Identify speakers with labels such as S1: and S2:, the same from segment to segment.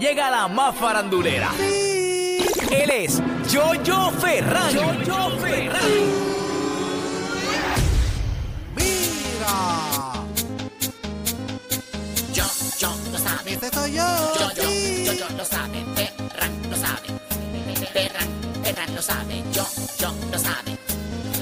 S1: llega la más farandulera. Él es Jojo Ferran. Jojo Ferran.
S2: Mira,
S3: Yo, yo, lo sabe.
S2: este soy yo.
S3: Yo, yo,
S2: sí.
S3: yo, yo, lo sabe. Ferran lo sabe. Ferran, Ferran lo sabe. Yo, yo, lo sabe.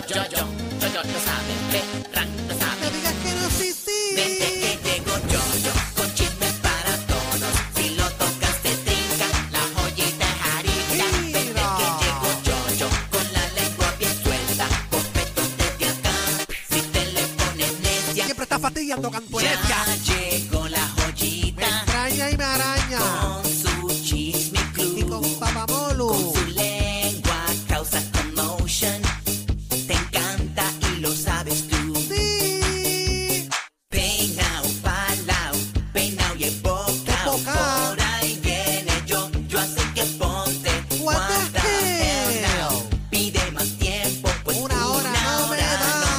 S3: Yo, yo, yo, yo, lo sabe. Ferran lo sabe.
S2: No digas que no, sí, sí.
S3: Desde que llegó Yoyo, con chismes para todos. Si lo tocas te trinca, la joyita es harina. Desde
S2: Mira.
S3: que llegó Yoyo, con la lengua bien suelta, con petos desde acá. Si te le pones necia,
S2: Siempre está fastidiando cantueresca.
S3: ya llegó la
S2: Me
S3: joyita.
S2: extraña y me araña.
S3: Con su chisme
S2: Y con
S3: club.
S2: papamolo.
S3: Con su lengua causa commotion. Te encanta y lo sabes tú.
S2: Sí.
S3: Peinao, palao, peinao y embocao.
S2: Embocao.
S3: Por ahí viene yo, yo así que ponte.
S2: What the
S3: guarda,
S2: hell?
S3: peinao. Pide más tiempo, pues
S2: Una hora no me da.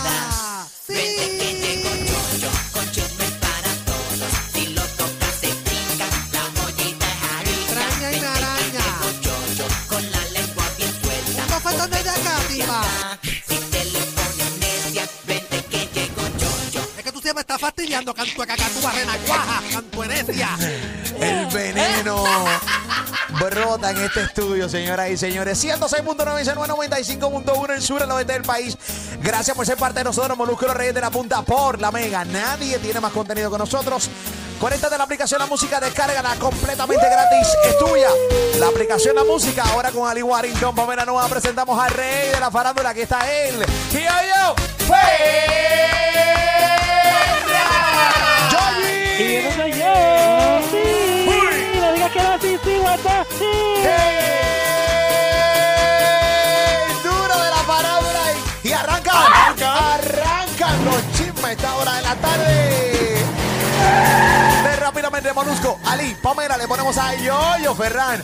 S3: das. Desde que llegó yo, yo, con chisme para todos. Si lo tocas se pica, la joyita es harina.
S2: Extraña y me araña.
S3: Yo, yo, con la lengua bien suelta.
S2: Un bofetón desde acá, tipa.
S3: Si te le pones necia, vente que llegó yo, yo.
S2: Es que tú siempre estás fastidiando cantueca, cantúa, renacuaja, cantuerecia.
S4: El veneno brota en este estudio, señoras y señores. 106.9 95.1 el sur, el oeste del país. Gracias por ser parte de nosotros, Molusco y los Reyes de la Punta por la Mega. Nadie tiene más contenido que nosotros. Conéctate a la aplicación La Música, descárgala completamente gratis. Es tuya. La aplicación La Música, ahora con Ali Warrington. Pamela Nueva, presentamos al rey de la farándula. Aquí está él. Y yo, Ferran.
S5: Y
S4: Yoyi.
S5: eso soy yo. Sí.
S4: Uy.
S5: No digas que no, sí, sí, guapa. Sí.
S4: ¡Ey! Duro de la parábola y, y arranca, arranca, arrancan los chismes a esta hora de la tarde. Ve rápidamente, Molusco, Ali, Pamela, le ponemos a Yoyo Ferran.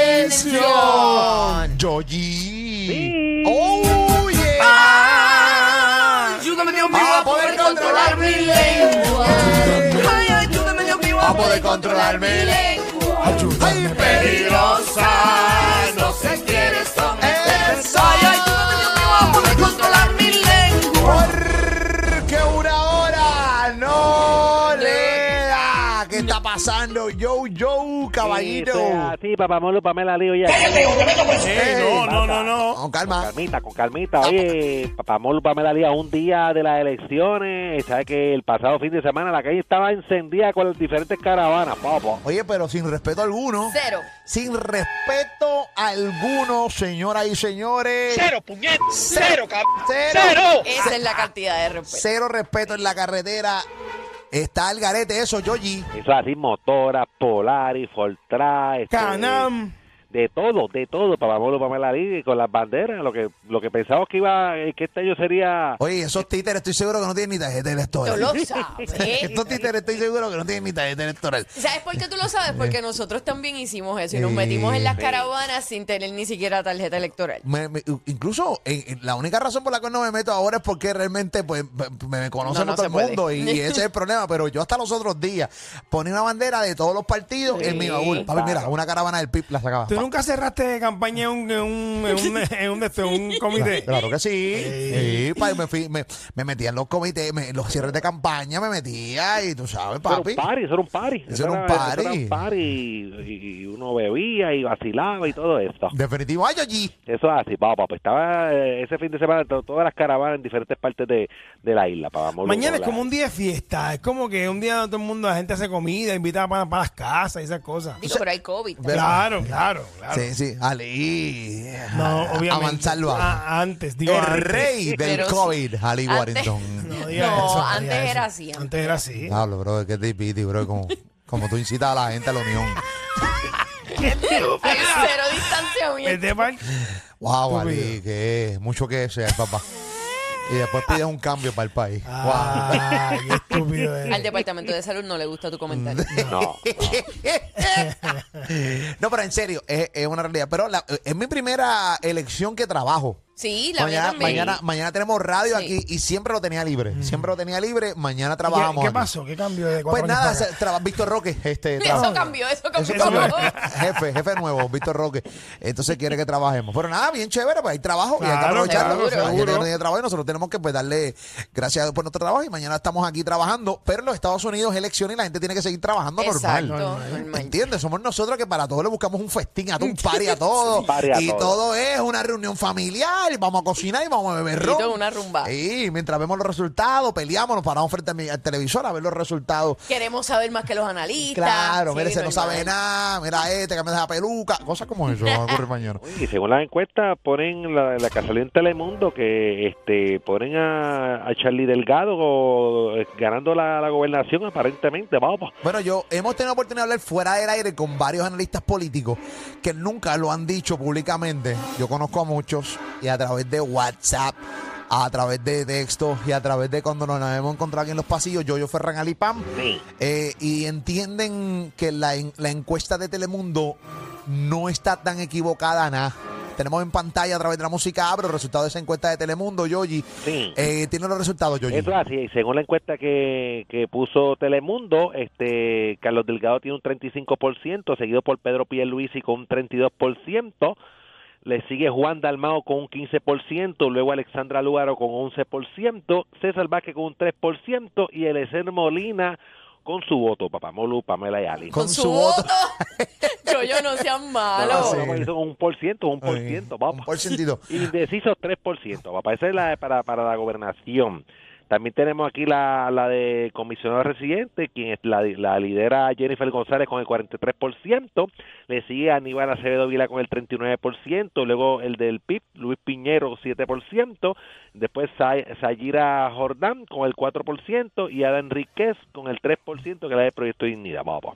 S4: ¡Tensión! ¡Yoyi! ¡Oh, yeah!
S6: Ayúdame Dios mío
S4: A poder controlar mi lengua.
S6: Ay, ayúdame Dios mío
S4: A poder controlar mi
S6: lengua.
S4: ¡Ay,
S6: Peligrosa, no se quiere someter.
S4: Eso.
S6: Ay, ayúdame Dios mío a poder controlar mi lengua.
S4: Porque una hora no le da. ¿Qué está pasando? Yo, yo, caballito.
S5: Eso es así, papamolo, Pamela Lío. Ya.
S4: Ey,
S5: no, no,
S4: Con calma.
S5: Con calmita, con calmita. Oye, papamolo, Pamela Lío, a un día de las elecciones. Sabes que el pasado fin de semana la calle estaba encendida con las diferentes caravanas, papá.
S4: Oye, pero sin respeto alguno.
S6: Cero.
S4: Sin respeto alguno, señoras y señores.
S7: Cero, puñet. Cero, cabrón.
S4: Cero.
S7: Cero.
S6: Esa es la cantidad de respeto.
S4: Cero respeto en la carretera. Está el garete eso, Yoyi.
S5: Eso es así, motoras, Polaris, Fortra, este, De todo, de todo, papamolo, Pamela Lío, y con las banderas. Lo que, lo que pensamos que iba, eh, que este año sería...
S4: Oye, esos títeres estoy seguro que no tienen ni tarjeta
S6: Tú
S4: electoral.
S6: lo sabes.
S4: Estos títeres estoy seguro que no tienen ni tarjeta electoral.
S8: ¿Sabes por qué tú lo sabes? Porque nosotros también hicimos eso y nos metimos en las caravanas sin tener ni siquiera tarjeta electoral.
S4: me- me- incluso eh, eh, la única razón por la cual no me meto ahora es porque realmente pues me, me conocen
S6: No, no
S4: todo
S6: se
S4: el mundo y, ese es el problema pero yo hasta los otros días ponía una bandera de todos los partidos en mi baúl Papi, mira una caravana del PIB la sacaba
S9: ¿Tú
S4: Pa-
S9: nunca cerraste campaña en un, en un, en un, en un, de esto, en un comité?
S4: Claro que sí. Sí, pa, y me, fui- me, me metía en los comités, me- en los cierres de campaña, me metía y tú sabes, Oh, papi.
S5: Eso era un party, eso
S4: Eso era
S5: era un party.
S4: un
S5: eso era
S4: party.
S5: un party y, y uno bebía y vacilaba y todo esto.
S4: Definitivo. Ay, allí.
S5: Eso es así, papá. Pues estaba eh, ese fin de semana to- todas las caravanas en diferentes partes de, de la isla. Papá,
S9: Mañana es como un día de fiesta. Es como que un día donde todo el mundo, la gente hace comida, invita para, para las casas y esas cosas.
S8: Digo, pero hay COVID.
S4: Ve-
S9: Claro, claro, claro.
S4: Sí, sí. Ali.
S9: No, obviamente.
S4: Avanzarlo.
S9: Ah, antes, digo.
S4: El
S9: antes.
S4: rey del
S8: Pero sí.
S4: COVID, Ali
S8: Antes-
S4: Warrington.
S9: No, digas
S8: No,
S9: eso, digas
S8: antes
S9: eso.
S8: era así, antes
S9: Antes era así.
S4: Diablo, bro, que te piti, bro, como, como tú incitas a la gente a la unión.
S8: Hay cero distanciamiento.
S9: Vete pa'l-
S4: Wow, Ali,
S9: Estúpido.
S4: que es, mucho que sea, papá. Y después pides un cambio para el país.
S9: Ah, qué estúpido eres.
S8: Al Departamento de Salud no le gusta tu comentario.
S5: No,
S4: Wow. No, pero en serio, es, es una realidad. Pero la- es mi primera elección que trabajo.
S8: Sí, la mía
S4: Mañana,
S8: también.
S4: mañana, mañana tenemos radio
S8: Sí.
S4: aquí y siempre lo tenía libre. Siempre lo tenía libre. Mañana trabajamos.
S9: Mm. ¿Qué,
S4: aquí.
S9: pasó? ¿Qué cambió de cuatro
S4: Pues
S9: años
S4: nada,
S9: para acá?
S4: se- traba- Víctor Roque. Este,
S8: Eso
S4: trabaja-
S8: cambió, eso cambió.
S4: Eso cambió. jefe, jefe nuevo, Víctor Roque. Entonces quiere que trabajemos. Pero nada, bien chévere, pues hay trabajo y hay que
S9: Claro,
S4: aprovecharlo.
S9: seguro,
S4: O sea, ayer
S9: seguro.
S4: no tenía trabajo y nosotros tenemos que pues, darle gracias a Dios por nuestro trabajo. Y mañana estamos aquí trabajando. Pero en los Estados Unidos es elección y la gente tiene que seguir trabajando
S8: Exacto,
S4: normal.
S8: normal.
S4: ¿Entiendes? Somos nosotros que para todos le buscamos un festín a todo, un party a todo.
S5: Party a
S4: y
S5: todo.
S4: todo es una reunión familiar. Vamos a cocinar y vamos a beber
S8: Y
S4: ron.
S8: todo una rumba.
S4: Y mientras vemos los resultados, peleamos, nos paramos frente a mi- al televisor a ver los resultados.
S8: Queremos saber más que los analistas.
S4: Claro,
S8: Sí,
S4: mira, ese no
S8: normal.
S4: sabe nada, mira este, que me deja peluca, cosas como eso van a ocurrir mañana.
S5: Y según las encuestas, ponen la, la casualidad en Telemundo que este, ponen a, a Charlie Delgado o, eh, ganando la, la gobernación, aparentemente. Vamos, pa-
S4: Bueno, yo hemos tenido oportunidad de hablar fuera del aire con varios analistas políticos que nunca lo han dicho públicamente. Yo conozco a muchos y a través de WhatsApp, a través de textos y a través de cuando nos hemos encontrado aquí en los pasillos, yo, yo Ferran Alipam,
S5: pues, sí.
S4: eh, y entienden que la, en- la encuesta de Telemundo no está tan equivocada nada. Tenemos en pantalla a través de la música Abro el resultado de esa encuesta de Telemundo, Yoyi.
S5: Sí.
S4: Eh, tiene los resultados, Yoyi.
S5: Eso es así, y según la encuesta que, que puso Telemundo, este Carlos Delgado tiene un 35%, seguido por Pedro Pierluisi con un 32%, le sigue Juan Dalmao con un 15%, luego Alexandra Lúgaro con 11%, César Vázquez con un 3% y Elecer Molina con su voto, papá Molu, Pamela y Ali.
S8: Con su voto. yo, yo no sean malos.
S5: No, no, no, hizo un por ciento, un por ciento,
S4: Un
S5: papá.
S4: porcentito.
S5: Indeciso 3%, papá. Esa es la de- para, para la gobernación. También tenemos aquí la, la de comisionado residente, quien es la, la lidera Jennifer González con el 43%, le sigue Aníbal Acevedo Vila con el 39%, luego el del PIB, Luis Piñero, 7%, después Say- Sayira Jordán con el 4% y Ada Enríquez con el 3%, que es la de Proyecto Dignidad, papá.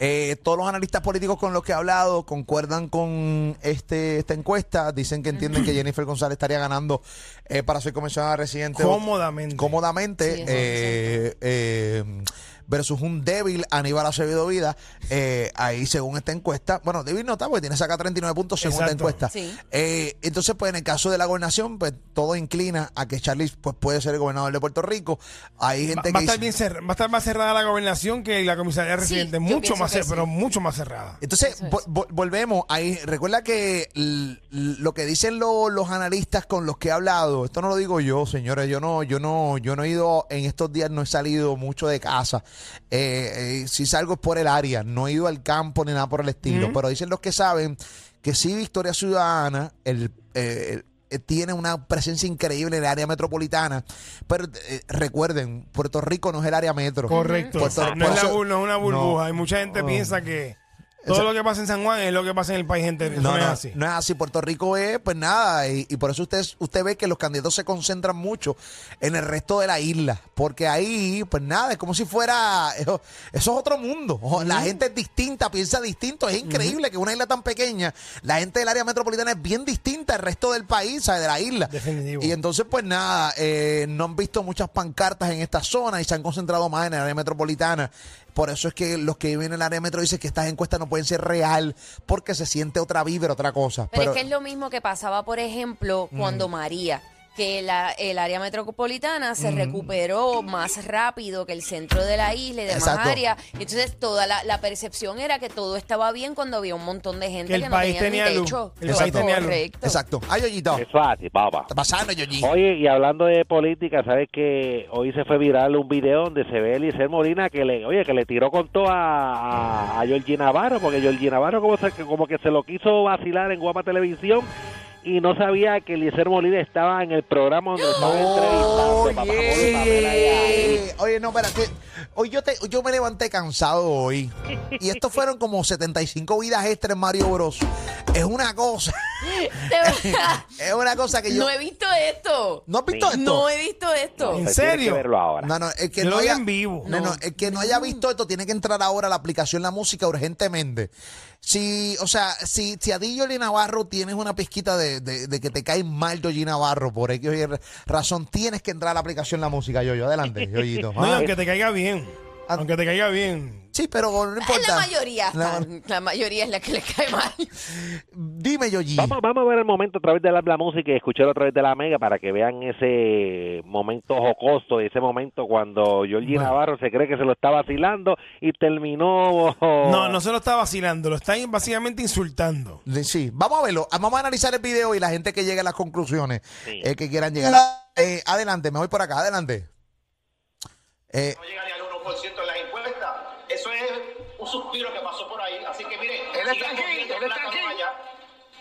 S4: Eh, todos los analistas políticos con los que he hablado concuerdan con este esta encuesta. Dicen que entienden que Jennifer González estaría ganando eh, para ser comisionada residente.
S9: Cómodamente.
S4: Cómodamente.
S8: Sí, es
S4: eh, eh, versus un débil Aníbal Acevedo Vida. Eh, ahí, según esta encuesta. Bueno, débil no está porque tiene saca 39 puntos según la
S9: Exacto.
S4: encuesta.
S8: Sí.
S4: Eh, entonces, pues en el caso de la gobernación, pues todo inclina a que Charlie pues, puede ser el gobernador de Puerto Rico. Hay
S9: Va,
S4: gente
S9: va a
S4: que
S9: estar
S4: dice-
S9: bien cerra- va a estar más cerrada la gobernación que la comisaría residente.
S8: yo
S9: mucho
S8: pienso
S9: más
S8: que
S9: cerrada,
S8: sí.
S9: pero mucho más cerrada.
S4: Entonces,
S8: Eso es.
S4: vo- vo- volvemos ahí. Recuerda que l- l- lo que dicen lo- los analistas con los que he hablado, esto no lo digo yo, señores, yo no, yo no, yo no he ido, en estos días no he salido mucho de casa. Eh, eh, si salgo es por el área, no he ido al campo ni nada por el estilo. Pero dicen los que saben que sí, Victoria Ciudadana, el, eh, el- eh, tiene una presencia increíble en el área metropolitana, pero eh, recuerden, Puerto Rico no es el área metro.
S9: Correcto.
S4: Puerto-
S9: no,
S4: por
S9: es la
S4: eso-
S9: bur- no Oh. es una burbuja.
S4: No.
S9: y mucha gente
S4: No.
S9: piensa que todo lo que pasa en San Juan es lo que pasa en el país entero. Eso
S4: No,
S9: no, es
S4: no,
S9: así.
S4: no es así. Puerto Rico es, pues nada, y, y por eso usted, usted ve que los candidatos se concentran mucho en el resto de la isla, porque ahí, pues nada, es como si fuera, eso, eso es otro mundo. Ojo, La gente es distinta, piensa distinto. Es increíble que una isla tan pequeña, la gente del área metropolitana es bien distinta al resto del país, ¿sabe? de la isla.
S9: Definitivo.
S4: Y entonces, pues nada, eh, no han visto muchas pancartas en esta zona y se han concentrado más en el área metropolitana. Por eso es que los que viven en el área metro dicen que estas encuestas no pueden ser real porque se siente otra vibra, otra cosa.
S8: Pero, es que es lo mismo que pasaba, por ejemplo,
S4: Mm.
S8: cuando María, que la- el área metropolitana
S4: Mm.
S8: se recuperó más rápido que el centro de la isla y demás
S4: Exacto.
S8: áreas. Y Entonces, toda la, la percepción era que todo estaba bien cuando había un montón de gente
S9: Que
S8: que,
S9: el
S8: no
S9: país
S8: tenía,
S9: tenía
S8: ni
S9: luz.
S8: techo.
S9: El país tenía luz.
S8: Correcto.
S4: Exacto. Ay, Yoyito.
S5: Eso es así, papá.
S4: Está pasando, Yoyi.
S5: Oye, y hablando de política, ¿sabes que Hoy se fue viral un video donde se ve a Eliezer Molina que le, oye, que le tiró con todo a, a, a Georgie Navarro, porque Georgie Navarro como, se- como que se lo quiso vacilar en Guapa Televisión y no sabía que Eliezer Molina estaba en el programa donde estaba
S4: Oh,
S5: entrevistando. papá,
S4: yeah.
S5: Pablo Pamela y ahí.
S4: Oye, no, espérate. Hoy yo, te, yo me levanté cansado hoy. Y estos fueron como 75 vidas extras en Mario Bros. Es una cosa.
S8: De verdad,
S4: Es una cosa que yo.
S8: no he visto esto.
S4: ¿No has visto esto?
S8: No he visto esto.
S9: ¿En
S5: Pues tienes que
S9: serio?
S5: verlo ahora.
S4: No, no, el que
S9: Yo
S4: no
S9: lo vi
S4: haya,
S9: en vivo.
S4: No, no, el que no haya visto esto tiene que entrar ahora a la aplicación La Música urgentemente. Si, o sea, si, si a ti, Yoli Navarro, tienes una pizquita de, de- de que te cae mal Yoyi Navarro por X o Y razón, tienes que entrar a la aplicación La Música, Yoyo. Adelante, Yoyito.
S9: No, y
S4: Ah,
S9: aunque te caiga bien.
S4: Ah.
S9: Aunque te caiga bien.
S4: Sí, pero no importa.
S8: La mayoría,
S4: La-
S8: están. la mayoría es la que le cae mal.
S4: Dime, Yoyi.
S5: Vamos, vamos a ver el momento a través de la, la música y escucharlo a través de la mega para que vean ese momento jocoso, ese momento cuando Georgie Navarro se cree que se lo está vacilando y terminó. oh,
S9: No, no se lo está vacilando, lo está in- básicamente insultando.
S4: De- Sí, vamos a verlo. Ah, Vamos a analizar el video y la gente que llegue a las conclusiones
S5: Sí.
S4: eh, que quieran llegar. Eh, adelante, me voy por acá, adelante. Eh,
S10: no llega ni al 1% en las encuestas. Eso es un suspiro que pasó por ahí. Así que mire,
S7: Él está
S10: sigan
S7: aquí,
S10: comiendo
S7: él está
S10: plátano
S7: aquí.
S10: allá.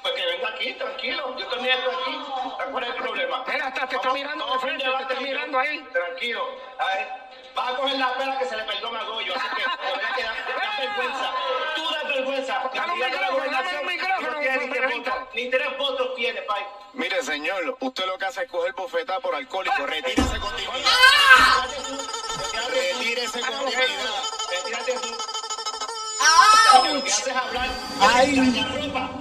S10: Pues que venga aquí, tranquilo. Yo también estoy aquí. Ah, ¿Cuál es el problema?
S7: Mira, hasta te está mirando de
S10: vamos a
S7: frente, te
S10: llevar
S7: está
S10: tranquilo,
S7: mirando ahí.
S10: Tranquilo. A ver, vas a coger la pena que se le perdona a Goyo. Así que de verdad que da, da vergüenza. Tú das vergüenza.
S7: Dame un
S10: Candidata
S7: micrófono, dame
S10: a la gobernación,
S7: un micrófono,
S10: no tienes ni tres
S7: Fernandito.
S10: votos. Ni tres votos tiene, Pai.
S11: Mire, señor, usted lo que hace es coger bofetada por
S7: Ah.
S11: alcohólico. Retírese
S10: Ah.
S11: con dignidad. Retírese con dignidad.
S10: Retírate tú. Lo que
S8: ¡Auch!
S10: haces es hablar.
S4: Ay.
S10: ropa.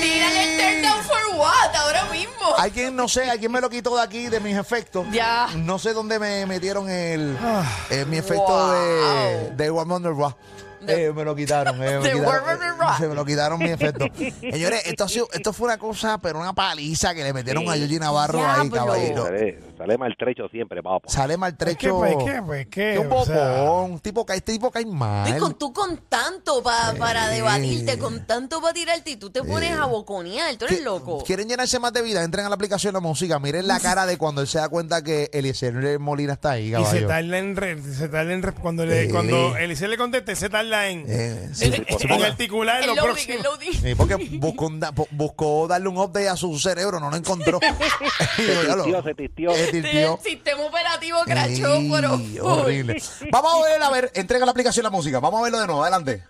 S8: Tírale el turn down for what ahora mismo.
S4: alguien, no sé, alguien me lo quitó de aquí, de mis efectos.
S8: Ya.
S4: No sé dónde me metieron el,
S9: Ah.
S4: eh, mi efecto
S8: Wow.
S4: de, de One Wonder Bra.
S8: De-
S4: Eh, me lo quitaron. eh, me,
S8: De
S4: quitaron
S8: One Wonder
S4: eh,
S8: Bra.
S4: se me lo quitaron mi efecto. Señores, esto, ha sido- esto fue una cosa, pero una paliza que le metieron a Yoyi Navarro ahí,
S8: Diablo.
S4: caballero.
S5: Sale, sale maltrecho siempre, vamos.
S4: Sale
S9: Es que,
S4: maltrecho.
S9: pues, ¿qué? Pues, ¿qué?
S4: Que un
S9: O sea,
S4: bobón. tipo cae, este tipo cae mal.
S8: Y con tú con tanto pa- para debatirte, con tanto para tirarte y tú te pones a boconear, tú eres
S4: Que-
S8: loco.
S4: Quieren llenarse más de vida, entren a la aplicación de la música, miren la cara de cuando él se da cuenta que Eliezer Molina está ahí,
S9: y se
S4: caballo.
S9: tarda en, re- se tarda en re- cuando le,
S4: Sí.
S9: cuando Eliseo le conteste, se tarda en,
S4: Eh, sí,
S9: en-
S4: sí,
S9: en
S4: supongo.
S9: articular
S8: El
S9: lo
S8: loading, el
S9: próximo.
S8: loading.
S4: Sí, Eh, porque buscó, un da- bu- buscó darle un update a su cerebro, no lo encontró. Y yo, ya lo-
S5: tiltió, se tiltió.
S4: se tiltió.
S8: El sistema operativo crachó, pero.
S4: Ey, horrible. Vamos a ver, a ver, entrega la aplicación la música. Vamos a verlo de nuevo, adelante.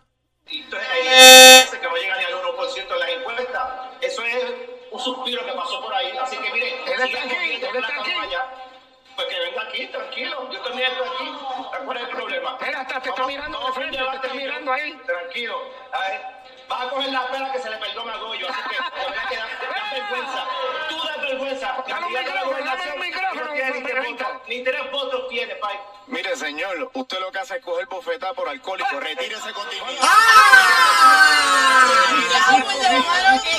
S10: Entonces ahí dice que no llega ni al 1% en las encuestas. Eso es un suspiro que pasó por ahí. Así que mire,
S7: está
S10: sigan
S7: aquí,
S10: comiendo
S7: él está
S10: plátano
S7: aquí.
S10: allá. Pues que venga aquí, tranquilo. Yo también estoy aquí. ¿Cuál es el problema?
S7: Mira, hasta te está mirando de
S10: vamos a un
S7: frente, te
S10: debate
S7: está
S10: limpio.
S7: mirando ahí.
S10: Tranquilo. A ver, vas a coger la pena que se le perdona a Goyo. Así que de verdad que da, da vergüenza. Tú das vergüenza.
S7: Dame un micrófono,
S10: Candidata a la
S7: dame
S10: gobernación,
S7: un micrófono,
S10: no tiene ni tres
S7: Fernandito.
S10: votos. Ni tres votos tiene, Pai.
S11: Mire, señor, usted lo que hace es coger bofetada por alcohólico. Retírese con dignidad.
S8: Ya, pues, hermano, que-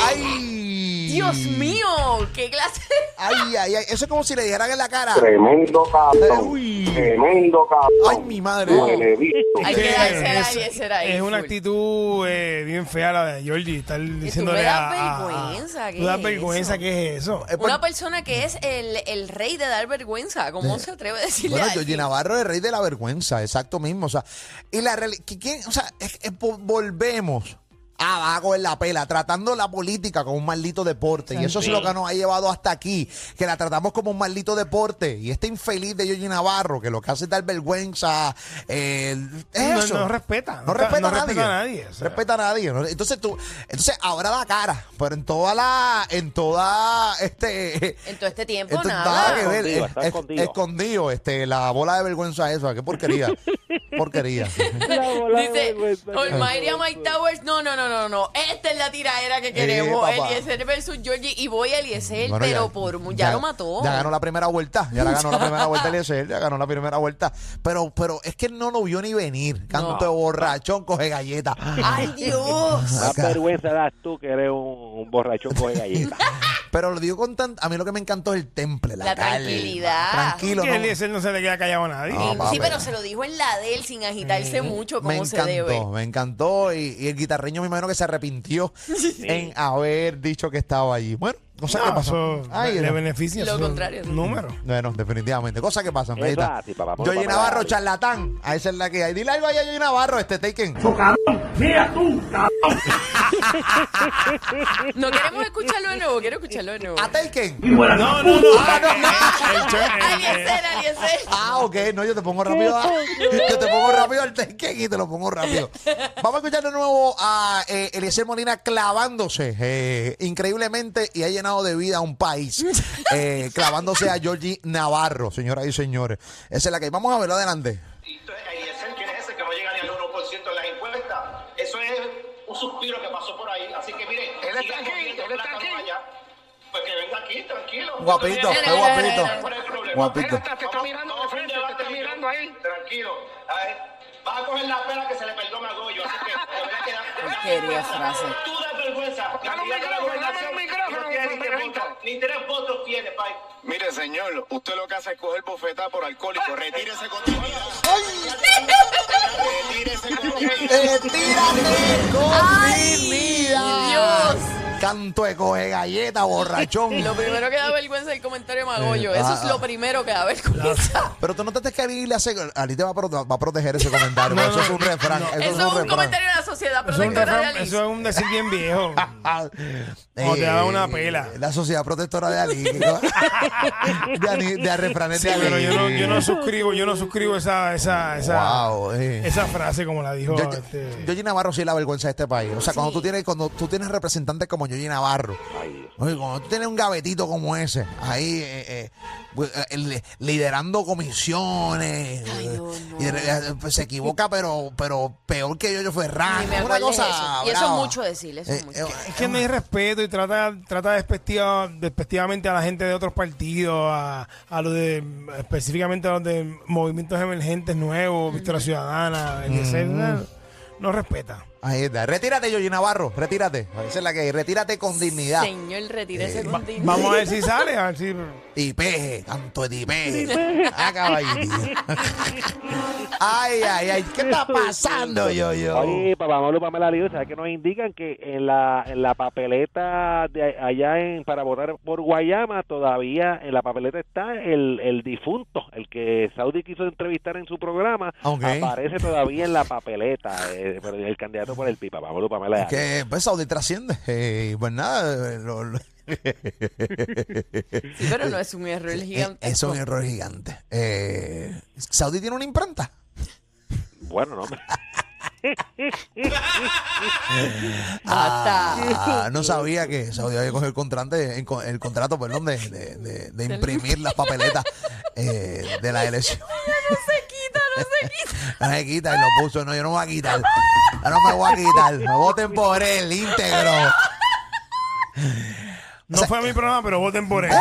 S4: ¡Ay!
S8: Dios mío, qué clase.
S4: ¡Ay, ay, ay! Eso es como si le dijeran en la cara.
S12: Tremendo cabrón.
S4: Uy.
S12: Tremendo cabrón.
S4: ¡Ay, mi madre!
S12: Huele bicho.
S8: Hay
S9: Sí,
S8: que darse
S9: es-
S8: ahí, ese era ahí.
S9: Es una
S8: full.
S9: actitud eh, bien fea la de Georgie. Estar diciéndole
S8: me das
S9: a- a-
S8: vergüenza, ¿qué
S9: Tú das
S8: es
S9: vergüenza,
S8: eso?
S9: ¿qué es eso?
S4: Eh, pues-
S8: Una persona que es el, el rey de dar vergüenza. ¿Cómo se atreve a decirle
S4: Bueno,
S8: a
S4: Georgie
S8: alguien?
S4: Navarro es rey de la vergüenza, exacto mismo. O sea, y la reali- que- que- o sea, es- es- po- volvemos abajo en la pela, tratando la política como un maldito deporte. Y eso es lo que nos ha llevado hasta aquí, que la tratamos como un maldito deporte. Y este infeliz de Georgie Navarro, que lo que hace es dar vergüenza, eh, es
S9: No-
S4: eso.
S9: no respeta,
S4: No,
S9: no
S4: respeta,
S9: no
S4: a nadie.
S9: respeta a nadie, o sea.
S4: Respeta a nadie. ¿no? Entonces tú, entonces ahora da cara, pero en toda la, en toda este...
S8: En todo este tiempo,
S4: Esto
S8: nada.
S4: que ver. eh,
S5: Escondido,
S4: Es-
S5: está
S4: es-
S5: escondido.
S4: escondido, este, la bola de vergüenza esa. Qué porquería. porquería.
S8: Dice, Almighty and Mike Towers, no, no, no, no, no. Esta es la tiraera que queremos.
S4: papá.
S8: Eliezer versus Georgie. Y voy a Eliezer,
S4: Bueno,
S8: pero por mu- ya, lo mató.
S4: Ya ganó la primera vuelta. Ya la ganó la primera vuelta Eliezer. Ya ganó la primera vuelta. Pero, pero es que no lo vio ni venir. Canto de borrachón, coge galleta.
S8: ¡Ay, Dios!
S5: Más vergüenza das tú que eres un, un borrachón con galleta.
S4: Pero lo digo con tan. A mí lo que me encantó es el temple, la,
S8: La
S4: calma.
S8: tranquilidad.
S4: Tranquilo,
S9: Que
S4: no. Ah,
S9: Eliezer no se le queda callado a nadie.
S4: No,
S8: sí,
S4: papi.
S8: pero se lo dijo en la de él sin agitarse mucho como
S4: me encantó,
S8: se debe.
S4: me encantó. Y, y el guitarreño, me imagino que se arrepintió en haber dicho que estaba allí. Bueno, no sé qué
S9: No,
S4: pasó.
S9: Ah, eso
S4: Ay,
S9: le
S4: no.
S9: beneficia
S8: Lo
S9: su
S8: contrario, sí.
S9: número.
S4: Bueno, definitivamente. Cosas que pasan.
S5: Eso
S4: ahí está.
S5: así, papá, por
S4: Yoyi
S5: papá,
S4: Navarro,
S5: dale.
S4: charlatán. A esa es la que hay. Dile algo ahí a Yoyi Navarro, este Taken.
S8: No queremos escucharlo de nuevo, quiero escucharlo de nuevo.
S4: A Taken.
S9: No, no, no.
S4: Ah, no.
S9: El cho- el-
S8: Eliezer, Eliezer.
S4: Ah, ok. No, yo te pongo rápido. a- yo te pongo rápido al Taken y te lo pongo rápido. Vamos a escuchar de nuevo a eh, Eliezer Molina clavándose eh, increíblemente y ha llenado de vida a un país. eh, clavándose a Georgie Navarro, señoras y señores. Esa es la que hay. Vamos a verlo adelante.
S10: Entonces, ahí es el- ¿quién es ese que no llega ni al 1% en las encuestas? Eso es un suspiro que pasó por ahí. Así que mire,
S7: está
S10: sigan
S7: aquí,
S10: comiendo
S7: él está
S10: plátano
S7: aquí.
S10: allá. Pues que venga aquí,
S11: aquí, tranquilo.
S4: Guapito, está guapito. Guapito.
S11: Te está mirando de frente, te está mirando ahí. Tranquilo. Ay, vas a coger la pena que se le perdona a Goyo, así que te voy a quedar.
S8: Porquería frase.
S11: Tú das vergüenza. Dame un micrófono, dame un micrófono. Ni tres votos, ni tres votos tiene, pai. Mire, señor, usted lo que hace es coger bofetada por alcohólico. Retírese con dignidad. Retírese con dignidad.
S4: Retírate
S11: Ay,
S4: con dignidad. Canto de coge galleta, borrachón.
S8: Lo primero que da vergüenza es el comentario de Magollo.
S4: Eh,
S8: Eso
S4: ah,
S8: es lo
S4: ah.
S8: primero que da vergüenza.
S4: Pero tú no te que Ali le hace. Ali te va a, pro- va a proteger ese comentario. porque eso es un refrán. Eso,
S8: Eso es un
S4: refrán.
S8: comentario de la sociedad
S9: Eso es un,
S8: protectora de
S9: refrán-
S8: Alice.
S9: eso es un decir bien viejo. O te
S4: Ah, Eh,
S9: da una pela.
S4: La sociedad protectora de Ali. de, Ali- de refranes
S9: Sí,
S4: de Ali.
S9: pero yo no, yo no suscribo, yo no suscribo esa, esa, esa,
S4: Wow, eh.
S9: esa frase como la dijo.
S4: Yo- yo-
S9: este,
S4: Yoyi Navarro sí es la vergüenza de este país. O sea, cuando tú tienes cuando tú tienes representantes como Yoyi Navarro, oye, cuando tú tienes un gavetito como ese, ahí eh, eh, pues, eh, el- liderando comisiones, eh, y de- eh, pues, se equivoca, pero pero peor que yo, yo Ferran.
S8: Ni me
S4: Una
S8: acuerdo de
S4: cosa
S8: eso. Y eso es
S4: brava.
S8: mucho decir, eso es
S4: Eh,
S8: mucho.
S4: eh,
S9: es que no hay respeto y trata, trata despectiva, despectivamente a la gente de otros partidos, a, a los de, específicamente a los de movimientos emergentes nuevos, Victoria Ciudadana, el DC, no, no respeta.
S4: Ahí está. Retírate, Yoyi Navarro, retírate. Esa es la que hay. Retírate con dignidad.
S8: Señor, retírese
S4: Ah, Eh,
S8: con dignidad.
S9: Vamos a ver si sale, a ver si...
S4: Y peje, tanto de peje. Ah, caballito. ay, ay, ay. ¿Qué está pasando, yo, yo?
S5: Oye, papá Pablo, Pamela Lío, ¿sabes que nos indican que en la, en la papeleta de a- allá en, para votar por Guayama todavía en la papeleta está el, el difunto, el que Saudi quiso entrevistar en su programa,
S4: Ah, Ok.
S5: aparece todavía en la papeleta, eh, pero el candidato por el PIPA, Pablo Pamela
S4: Es que pues Saudi trasciende. Eh, y pues nada, eh, lo- lo-
S8: Sí, pero no es un error
S4: Eh,
S8: gigante.
S4: es un error gigante. Eh, Saudi tiene una imprenta.
S5: Bueno, no.
S4: Ah, no sabía que Saudi había cogido el contrato, el, con- el contrato perdón, de, de- de- de imprimir las papeletas eh, de la elección.
S8: No se quita, no se quita.
S4: No me quita y lo puso. No, yo no me voy a quitar. Yo no me voy a quitar. Me voten por él, íntegro.
S9: No fue a mi programa, pero voten por él.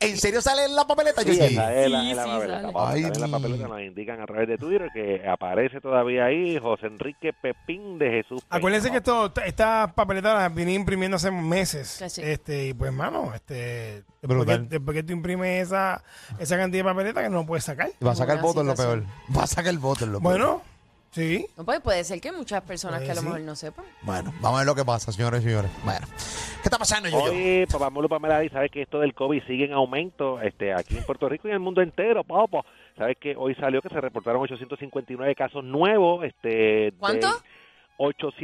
S4: ¿En serio sale en la papeleta?
S5: Sí,
S4: Yoyi?
S5: esa es la,
S8: Sí,
S5: es la
S8: sí,
S5: papeleta.
S8: sale.
S5: Vamos,
S4: Ay,
S5: también la
S4: mi-
S5: papeleta nos indican a través de Twitter que aparece todavía ahí José Enrique Pepín de Jesús. Peña.
S9: Acuérdense que esto, esta- estas papeletas las vine imprimiendo hace meses.
S8: Casi.
S9: Este, y pues, mano, este, después que,
S4: Brutal.
S9: después que tú imprimes esa, esa cantidad de papeletas que no puedes sacar.
S4: Va a sacar el
S8: Una
S4: voto es lo peor.
S8: situación.
S4: Va a sacar el voto es lo peor.
S9: Bueno, sí.
S8: No, pues puede ser que muchas personas que a lo
S9: Sí.
S8: mejor no sepan.
S4: Bueno, vamos a ver lo que pasa, señores y señores. Bueno, ¿qué está pasando, yo?
S5: Oye, papá Molo Pamela, Díaz, ¿sabes que esto del COVID sigue en aumento este, aquí en Puerto Rico y en el mundo entero, papá? ¿Sabes que hoy salió que se reportaron 859 casos nuevos? Este, de-
S8: ¿Cuánto?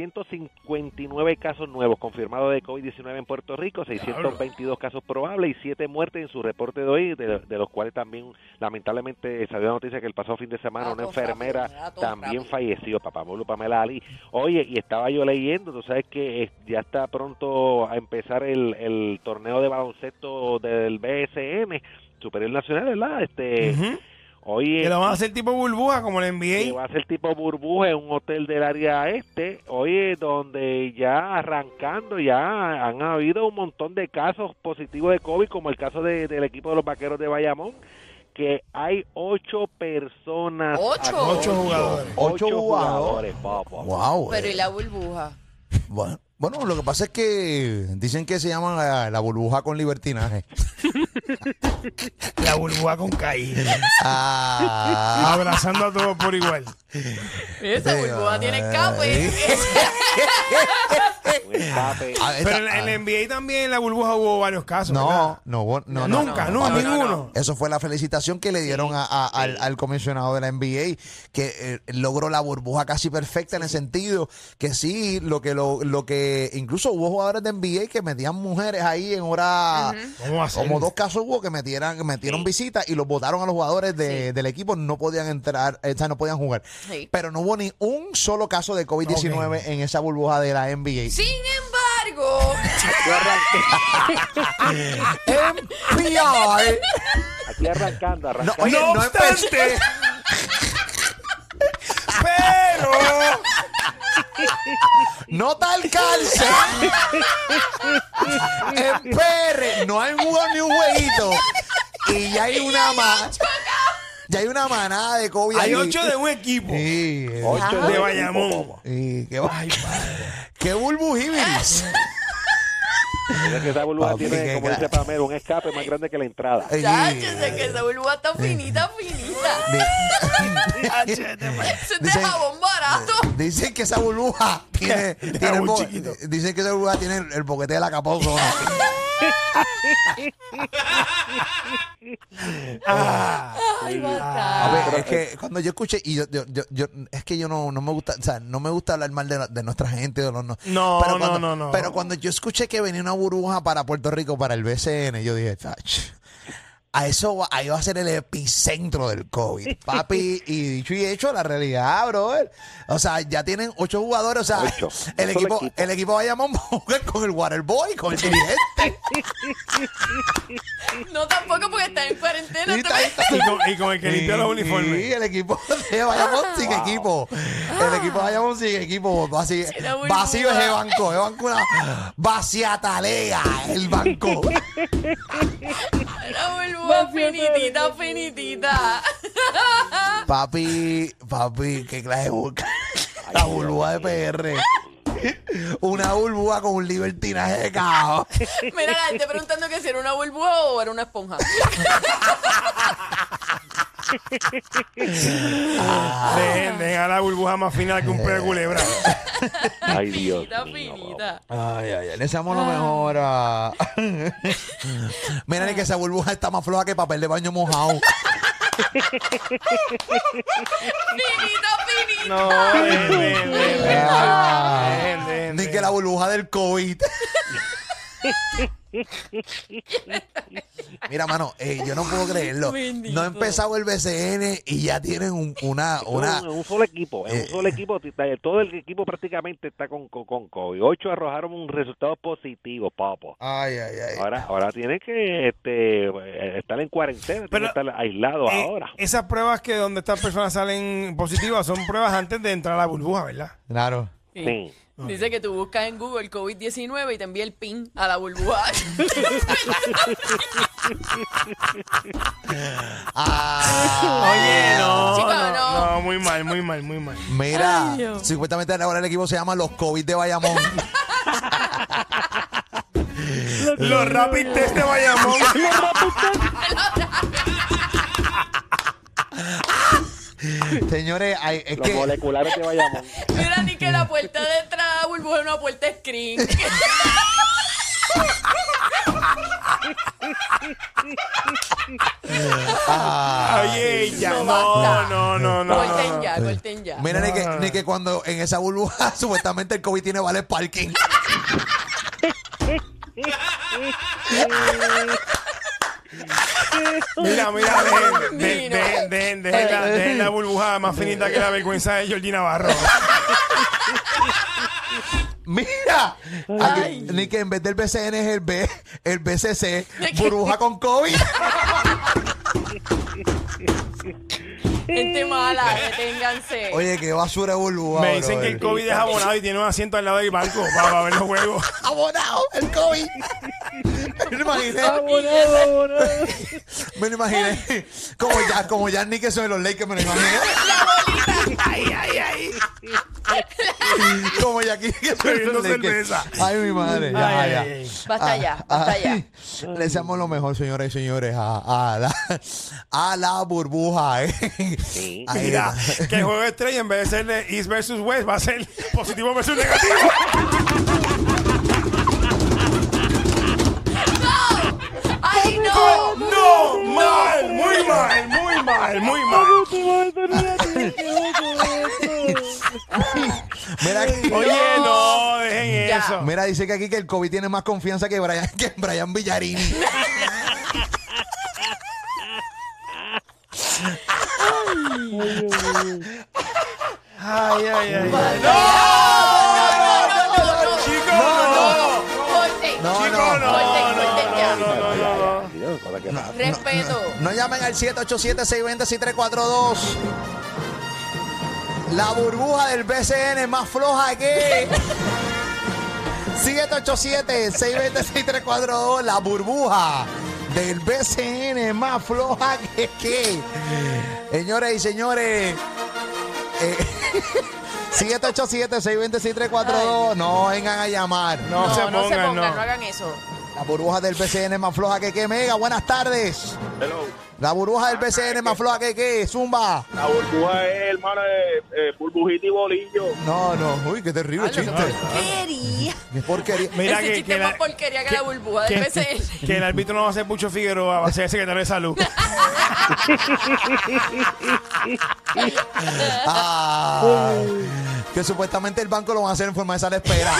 S5: 859 casos nuevos confirmados de COVID-19 en Puerto Rico, 622 casos probables y 7 muertes en su reporte de hoy, de, de los cuales también lamentablemente salió la noticia que el pasado fin de semana una
S8: Datos
S5: enfermera
S8: rápidos, datos
S5: también
S8: rápidos.
S5: falleció, papá Molo Pamela Ali. Oye, y estaba yo leyendo, tú sabes que eh, ya está pronto a empezar el, el torneo de baloncesto del BSN, Superior Nacional, ¿verdad? Este,
S9: Ujú.
S5: Oye,
S9: Que lo van a hacer tipo burbuja, como la
S5: que
S9: NBA.
S5: va a ser tipo burbuja en un hotel del área este, oye, donde ya arrancando, ya han habido un montón de casos positivos de COVID, como el caso de- del equipo de los vaqueros de Bayamón, que hay ocho personas.
S8: ¿Ocho?
S5: acá-
S9: Ocho jugadores.
S5: Ocho
S4: Ocho
S5: jugadores, papá.
S4: Wow.
S8: Pero ¿y la burbuja?
S4: bueno, bueno, lo que pasa es que dicen que se llama eh, la, la burbuja con libertinaje.
S9: La burbuja con caída.
S4: Ah,
S9: Abrazando a todos por igual.
S8: Esa
S4: Sí,
S8: burbuja tiene
S4: ay.
S8: escape.
S5: Un escape.
S4: a ver,
S9: Pero en,
S4: esta-
S9: en la NBA también en la burbuja hubo varios casos.
S4: ah, no,
S9: ¿verdad?
S4: no, no, no, no.
S9: Nunca,
S8: no,
S9: nunca,
S8: no, no,
S9: ninguno.
S4: Eso fue la felicitación que le dieron a- a- al, al comisionado de la NBA, que eh, logró la burbuja casi perfecta en el sentido que sí, lo que lo, lo que incluso hubo jugadores de NBA que metían mujeres ahí en hora,
S9: ¿Cómo va a ser?
S4: como dos casos hubo que metieran, que metieron visitas y los votaron a los jugadores de- del equipo, no podían entrar, eh, o sea, no podían jugar.
S8: Sí.
S4: Pero no hubo ni un solo caso de COVID-19
S9: Ok.
S4: en esa burbuja de la NBA.
S8: Sin embargo,
S4: NBA.
S5: Aquí arrancando,
S4: eh. No,
S5: arrancando.
S4: oye,
S9: No
S4: no
S9: obstante.
S4: empecé.
S9: Pero
S4: no te alcance. en PR no han jugado ni un jueguito. Y ya hay una más. Ya hay una manada de COVID.
S9: Hay
S4: allí.
S9: ocho de un equipo.
S4: Sí,
S9: Ocho de Bayamón.
S4: Sí, qué, qué burbujíbilis.
S5: Mira que esa burbuja
S4: Papi,
S5: tiene,
S4: qué
S5: como
S4: gra-
S5: dice Pamela, un escape más grande que la entrada.
S4: Sí.
S8: Cháchese, que esa burbuja está finita, finita. Eso es de
S4: Dicen-
S8: jabón barato.
S4: Dicen que esa burbuja tiene, tiene el
S9: un
S4: bo-
S9: chiquito.
S4: dicen que esa burbuja tiene el, el boquete de la caposo.
S8: Ay, basta.
S4: Ah. A ver, es que cuando yo escuché, y yo, yo, yo, yo- es que yo no, no me gusta, o sea, no me gusta hablar mal de, la- de nuestra gente. De los, no,
S9: No, no,
S4: cuando,
S9: no, no.
S4: Pero cuando yo escuché que venía una burbuja para Puerto Rico, para el BCN, yo dije, "Tach, a eso va, ahí va a ser el epicentro del COVID, papi. y dicho y hecho, la realidad, brother. O sea, ya tienen ocho jugadores, o sea,
S5: Ocho.
S4: el
S5: Un solo
S4: equipo,
S5: equipo.
S4: el equipo Bayamón juega con el Waterboy, con el dirigente.
S8: No tampoco porque está en cuarentena.
S4: Y
S8: te-
S4: tal, tal.
S9: Y con, y con el que limpió los
S4: Sí,
S9: uniformes.
S4: el equipo de Bayamón sin equipo. El equipo de Bayamón sin equipo. Vacío,
S8: Será muy
S4: vacío es
S8: buena.
S4: el banco. El banco una vaciatalea. El banco.
S8: La burbuja finitita, finitita.
S4: papi, papi, qué clase de burbuja. La burbuja de PR. Una burbuja con un libertinaje de caos.
S8: Mira, la gente preguntando que si era una burbuja o era una esponja.
S4: Ah.
S9: Dejen, dejen a la burbuja más final que
S4: Eh.
S9: un peo de culebra.
S5: Ay, Dios.
S8: Finita,
S5: mío,
S8: finita.
S4: Ay, ay, ay. Le deseamos lo mejor. a- Mira, ni que esa burbuja está más floja que papel de baño mojado.
S8: Finita, finita.
S9: No, dejen, dejen, dejen, dejen, dejen,
S4: Ah. Ni
S9: dejen.
S4: que la burbuja del COVID. Mira, mano, eh, yo no puedo creerlo.
S8: Bendito.
S4: No ha empezado el BCN y ya tienen un- una,
S5: No,
S4: una.
S5: en un solo equipo,
S9: eh,
S5: en un solo equipo, t- t- todo el equipo prácticamente está con, con, con COVID. Ocho arrojaron un resultado positivo, papo.
S4: Ay, ay,
S9: Eh,
S4: ay.
S9: ah.
S5: Ahora, ahora tiene que este, eh, estar en cuarentena,
S9: Pero,
S5: tiene que estar aislado
S9: Eh,
S5: ahora.
S9: Esas pruebas que donde estas personas salen positivas son pruebas antes de entrar a la burbuja, ¿verdad?
S4: Claro.
S8: Sí.
S5: Sí.
S8: Dice que tú buscas en Google COVID-19 y te envía el pin a la burbuja.
S4: Ah,
S9: Oye, no,
S8: Chico,
S9: no,
S8: no.
S9: no, muy mal, muy mal, muy mal.
S4: mira,
S8: Ay, Dios.
S4: supuestamente ahora el equipo se llama Los COVID de Bayamón.
S9: Los rapid test de Bayamón.
S4: Señores, ay, es
S5: Los
S4: que.
S5: moleculares de Bayamón.
S8: Mira, ni que la puerta de entrada a la burbuja es una puerta screen.
S4: ah,
S9: Oye, ya,
S8: no
S9: no,
S8: basta.
S9: no, no, no.
S8: Corten
S9: Ah,
S8: ya, corten ya.
S4: mira, ni que, ni que cuando en esa burbuja supuestamente el COVID tiene vale parking.
S9: Mira, mira, dejen, de-
S8: Mira.
S9: dejen, dejen, dejen la, dejen la burbuja más finita que la vergüenza de Georgina Barro.
S4: Mira, aquí- ni que en vez del BCN es el B, el BCC, burbuja con COVID.
S8: Gente mala, deténganse.
S4: Oye, qué basura de burbuja.
S9: Me dicen que el COVID es abonado y tiene un asiento al lado del banco para, para ver los juegos.
S4: abonado, el COVID. Me lo imaginé. Me lo imaginé. Como ya, como ya ni que soy de los Lakers, me lo imaginé. Como ya aquí que soy de los
S9: Bebiendo
S4: Lakers.
S9: cerveza.
S4: Ay, mi madre. Ya,
S9: Ay,
S4: ya.
S9: ay, ay.
S8: Basta
S9: ah.
S8: ya, basta ya.
S4: Le deseamos lo mejor, señoras y señores, a, a la, a la burbuja. ¿eh?
S5: Sí.
S4: Ahí
S9: Mira,
S4: va.
S9: que el juego de estrella en vez de ser de East versus West va a ser positivo versus negativo.
S8: ¡Ay, no!
S9: No, mal, muy mal, muy mal, muy mal.
S4: Mira, aquí-
S9: Oye, no, dejen
S8: Ya.
S9: eso.
S4: Mira, dice que aquí que el COVID tiene más confianza que Brian, que Brian Villarini.
S9: Ay, ay, ay. Chicos,
S4: No,
S9: no,
S8: Corten,
S4: No,
S9: chicos,
S4: no.
S9: no,
S8: corten,
S9: no,
S8: corten
S9: no,
S8: ya.
S9: no, no, no, no.
S5: Dios, cosa que-
S8: Respeto.
S4: No llamen al 787-620-6342. La burbuja del BCN es más floja que. 787-620-6342. La burbuja del BCN es más floja que. que. Señores y señores. eh, 787-620-6342. No vengan a llamar.
S9: No, se pongan,
S8: no se pongan,
S9: no.
S8: no hagan eso.
S4: La burbuja del BCN es más floja que qué, Mega. Buenas tardes. La burbuja del BCN es más floja que qué, Zumba.
S13: La burbuja es, hermano, de eh, burbujita y bolillo.
S4: No, no. Uy, qué terrible chiste.
S8: Quería.
S4: Qué porquería.
S9: Mira
S8: Ese
S9: que-
S8: chiste
S9: que
S8: es más
S9: la-
S8: porquería que,
S9: que-
S8: la burbuja del BCN.
S9: que, que el árbitro no va a ser Pucho Figueroa, va a ser el secretario de salud.
S4: Ah, que supuestamente el banco lo van a hacer en forma de sala de espera.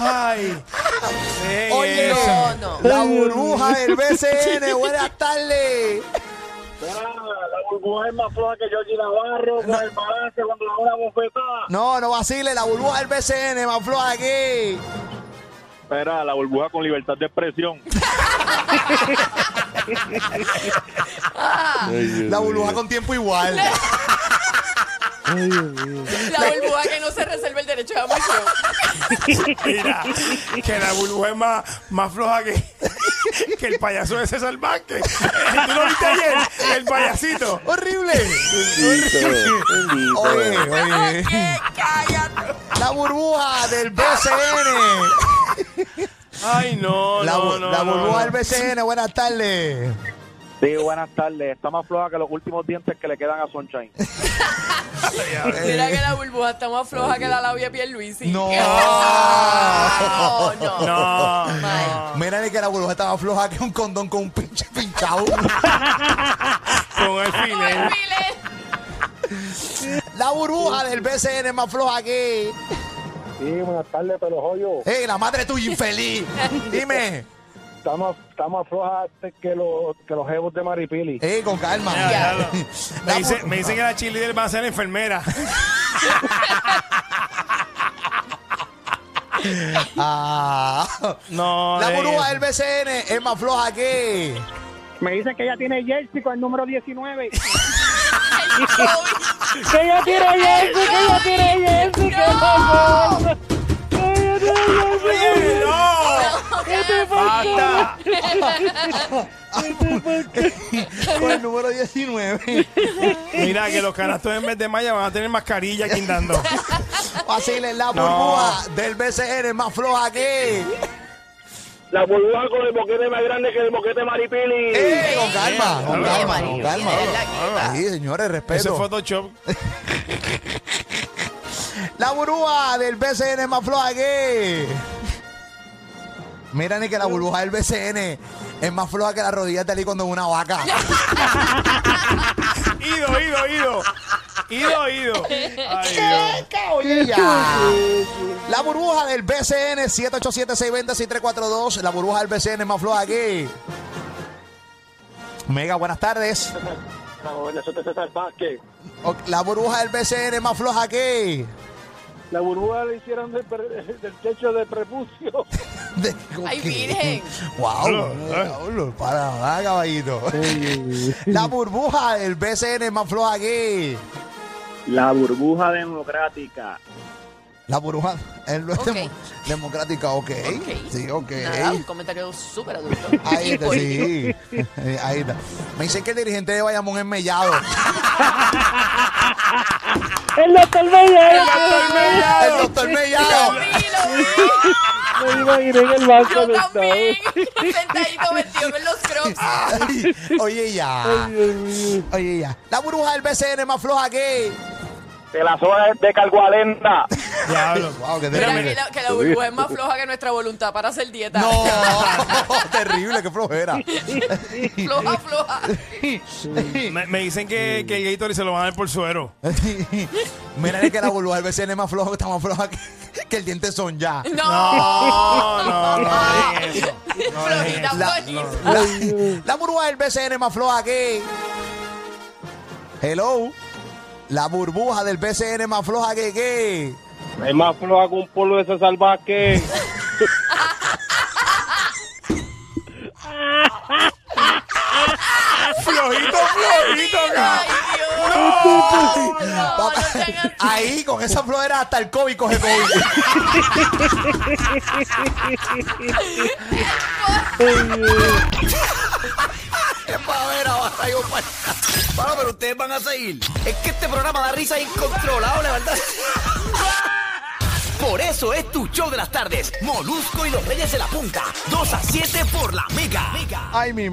S9: Ay. Eh, Ey,
S4: Oye,
S9: eso.
S8: No, no.
S4: la burbuja del BCN. Buenas tardes.
S13: Ah, La burbuja es más floja que Georgie Navarro con el balance cuando le da una bofetada.
S4: No, no vacile, la burbuja del BCN, más floja aquí.
S13: Espera, la burbuja con libertad de expresión.
S4: La burbuja con tiempo igual.
S8: La burbuja que no se reserva el derecho de admisión.
S9: Mira, que la burbuja es más, más floja que, que el payaso de César Vázquez. ¿Tú lo viste ayer? El payasito.
S4: Horrible.
S13: Bendito.
S4: Oye, oye. La burbuja del BCN.
S9: Ay, no,
S4: La,
S9: no,
S4: bu-
S9: no.
S4: la
S9: no,
S4: burbuja
S9: no.
S4: del BCN, buenas tardes.
S13: Sí, buenas tardes. Está más floja que los últimos dientes que le quedan a Sunshine.
S8: Mira que la burbuja está más floja que la labia de Luisi.
S4: Eh. No.
S8: No, no.
S9: No,
S8: Vaya.
S4: Mira ni que la burbuja estaba floja que un condón con un pinche pinchado.
S9: con el eh.
S8: Como el
S9: filet.
S8: filet.
S4: La burbuja del BCN más floja que.
S13: Sí, buenas tardes, pero joyo.
S4: ¡Ey, la madre tuya infeliz! Dime.
S13: Está más, está más floja este que los, que los jebos de Maripili.
S4: ¡Ey, con calma!
S9: Ya, ya lo-
S4: La
S9: Me, dice,
S4: bur-
S9: me dicen que la cheerleader va a ser enfermera.
S4: Ah.
S9: No,
S4: La
S9: de-
S4: burbuja del BCN es más floja que.
S13: Me dicen que ella tiene jersey con el número 19.
S8: El COVID.
S13: ¡Que ella tiene jersey! ¡Que ella tiene jersey! ¡Qué pasó!
S9: Oye, ¡No!
S8: Este
S9: ¡Basta!
S4: Con el número 19.
S9: Mira que los canastos en vez de malla van a tener mascarilla aquí andando.
S4: Vacile, la
S9: No.
S4: burbuja del BCN es más floja que.
S13: La burbuja con el boquete más grande que el boquete Maripili.
S5: Eh.
S4: ¡Ey, con calma! Con
S9: Oye,
S4: calma,
S8: Mario,
S4: con calma.
S8: de verdad que está.
S4: Sí, señores,
S9: Eso es
S4: respeto.
S9: Photoshop.
S4: La burbuja del BCN es más floja que. Mira, ni que la burbuja del BCN es más floja que la rodilla de Ali cuando es una vaca.
S9: Ido, ido, ido. Ido, ido. Ay, Dios.
S4: La burbuja del BCN 787-620-6342. La burbuja del BCN es más floja que. Mega, buenas tardes.
S13: Nosotros César Vázquez.
S4: O- La burbuja del BCN es más floja que.
S13: La burbuja le hicieron del, pre- del techo de prepucio.
S4: De-
S8: Ay,
S4: ¿qué?
S8: virgen.
S4: Wow, diablo, para nada, caballito. La burbuja del BCN es más floja que.
S13: La burbuja democrática.
S4: La burbuja el-
S8: Ok.
S4: democrática, ok. Sí, ok.
S8: Nada, un comentario súper adulto.
S4: Ahí está,
S8: Hipócrita.
S4: sí. Eh, Ahí está. Me dicen que el dirigente de Bayamón es mellado.
S13: ¡El doctor Bella!
S4: ¡El doctor mellado!
S13: Me iba a ir en el banco
S8: Yo
S13: de
S8: también. Sentadito vestido con los crocs.
S4: Ay, Oye ya. Oye ya. La burbuja del BCN es más floja que.
S13: De la zona de Calgualenda.
S9: Diablo.
S4: Wow, qué
S8: Mira
S4: terrible.
S8: que la, que la burbuja es más floja que nuestra voluntad para hacer dieta.
S4: No, terrible, qué flojera.
S8: floja, floja.
S9: Me, me dicen que, que el Gatorade se lo van a dar por suero.
S4: Mira que la burbuja del BCN es más floja, está más floja que, que el diente son ya.
S8: No.
S9: No, Ah, no, no. digan eso.
S8: Flojita,
S4: La,
S8: flojita.
S4: la- la burbuja del BCN es más floja que. Hello. La burbuja del BCN más floja que qué.
S14: Es más floja que un polvo de César Vázquez.
S4: flojito, flojito, cabrón. Papá, Ahí, con esa flojera hasta el COVID coge COVID.
S1: Es para ver, ahora traigo para Bueno, pero ustedes van a seguir. Es que este programa da risa incontrolable, ¿verdad? Por eso es tu show de las tardes. Molusco y los Reyes de la Punta. 2 a 7 por la Mega.
S4: Ay, mi